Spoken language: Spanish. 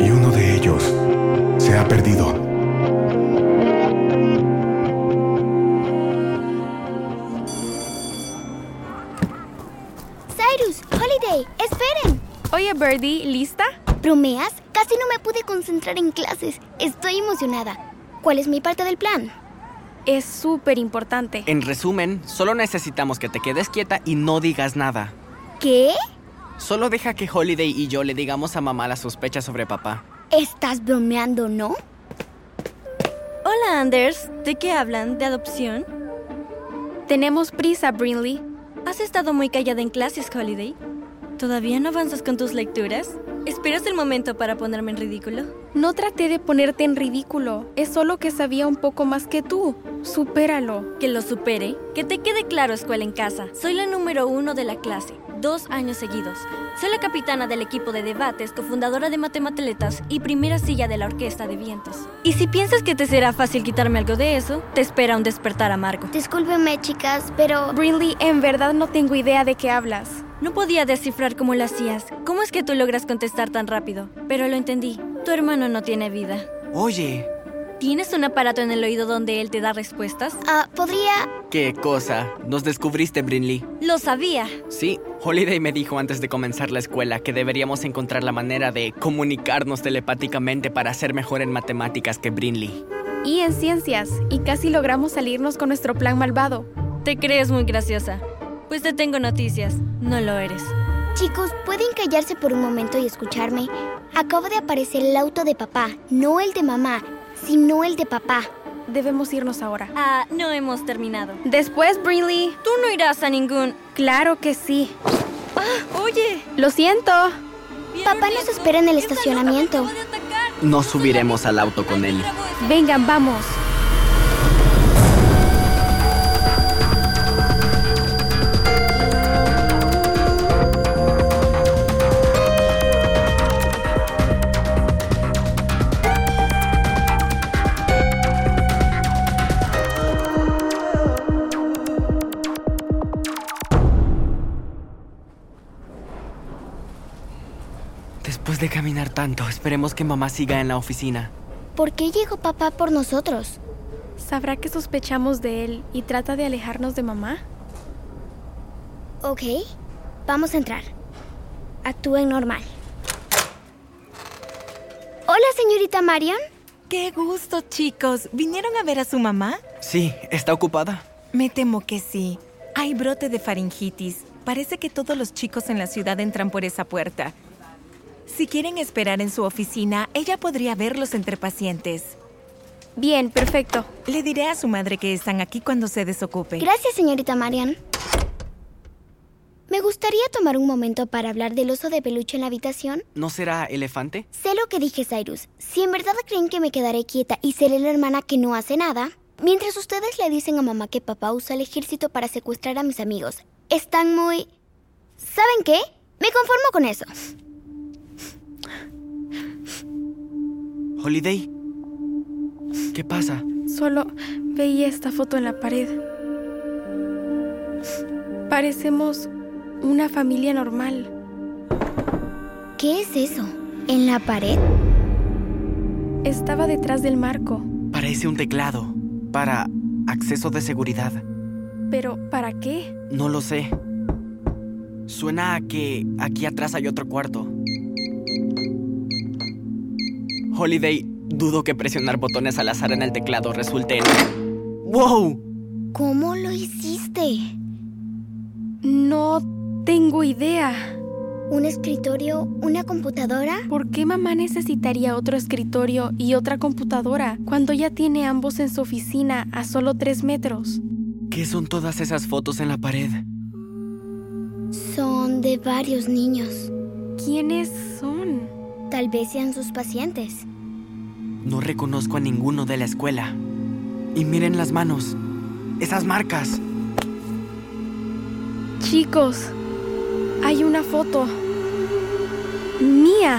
Y uno de ellos se ha perdido. Cyrus, Holiday, esperen. Oye, Birdie, ¿lista? ¿Bromeas? Casi no me pude concentrar en clases. Estoy emocionada. ¿Cuál es mi parte del plan? Es súper importante. En resumen, solo necesitamos que te quedes quieta y no digas nada. ¿Qué? Solo deja que Holiday y yo le digamos a mamá las sospechas sobre papá. ¿Estás bromeando, no? Hola, Anders. ¿De qué hablan? ¿De adopción? Tenemos prisa, Brinley. ¿Has estado muy callada en clases, Holiday? ¿Todavía no avanzas con tus lecturas? ¿Esperas el momento para ponerme en ridículo? No traté de ponerte en ridículo. Es solo que sabía un poco más que tú. Supéralo. Que lo supere. Que te quede claro, escuela en casa. Soy la número uno de la clase, dos años seguidos. Soy la capitana del equipo de debates, cofundadora de Matemateletas y primera silla de la Orquesta de Vientos. Y si piensas que te será fácil quitarme algo de eso, te espera un despertar amargo. Discúlpeme, chicas, pero... Brinley, en verdad no tengo idea de qué hablas. No podía descifrar cómo lo hacías. ¿Cómo es que tú logras contestar tan rápido? Pero lo entendí. Tu hermano no tiene vida. Oye, ¿Tienes un aparato en el oído donde él te da respuestas? Ah, podría... qué cosa. Nos descubriste, Brinley. Lo sabía. Sí, Holiday me dijo antes de comenzar la escuela que deberíamos encontrar la manera de comunicarnos telepáticamente para ser mejor en matemáticas que Brinley. Y en ciencias, y casi logramos salirnos con nuestro plan malvado. Te crees muy graciosa. Pues te tengo noticias. No lo eres. Chicos, ¿pueden callarse por un momento y escucharme? Acaba de aparecer el auto de papá, no el de mamá, sino el de papá. Debemos irnos ahora. Ah, no hemos terminado. Después, Brinley. Tú no irás a ningún... Claro que sí. Oye. Lo siento. Papá nos espera en el estacionamiento. No subiremos al auto con él. Vengan, vamos. Después de caminar tanto, esperemos que mamá siga en la oficina. ¿Por qué llegó papá por nosotros? ¿Sabrá que sospechamos de él y trata de alejarnos de mamá? Ok, vamos a entrar. Actúen normal. Hola, señorita Marion. Qué gusto, chicos. ¿Vinieron a ver a su mamá? Sí, ¿está ocupada? Me temo que sí. Hay brote de faringitis. Parece que todos los chicos en la ciudad entran por esa puerta. Si quieren esperar en su oficina, ella podría verlos entre pacientes. Bien, perfecto. Le diré a su madre que están aquí cuando se desocupe. Gracias, señorita Marian. Me gustaría tomar un momento para hablar del oso de peluche en la habitación. ¿No será elefante? Sé lo que dije, Cyrus. Si en verdad creen que me quedaré quieta y seré la hermana que no hace nada, mientras ustedes le dicen a mamá que papá usa el ejército para secuestrar a mis amigos, están muy... ¿Saben qué? Me conformo con eso. Holiday. ¿Qué pasa? Solo veía esta foto en la pared. Parecemos una familia normal. ¿Qué es eso? ¿En la pared? Estaba detrás del marco. Parece un teclado. Para acceso de seguridad. Pero, ¿para qué? No lo sé. Suena a que aquí atrás hay otro cuarto. Holiday, dudo que presionar botones al azar en el teclado resulte en... ¡Wow! ¿Cómo lo hiciste? No tengo idea. ¿Un escritorio? ¿Una computadora? ¿Por qué mamá necesitaría otro escritorio y otra computadora cuando ya tiene ambos en su oficina a solo tres metros? ¿Qué son todas esas fotos en la pared? Son de varios niños. ¿Quiénes son? Tal vez sean sus pacientes. No reconozco a ninguno de la escuela. Y miren las manos. Esas marcas. Chicos, hay una foto. Mía.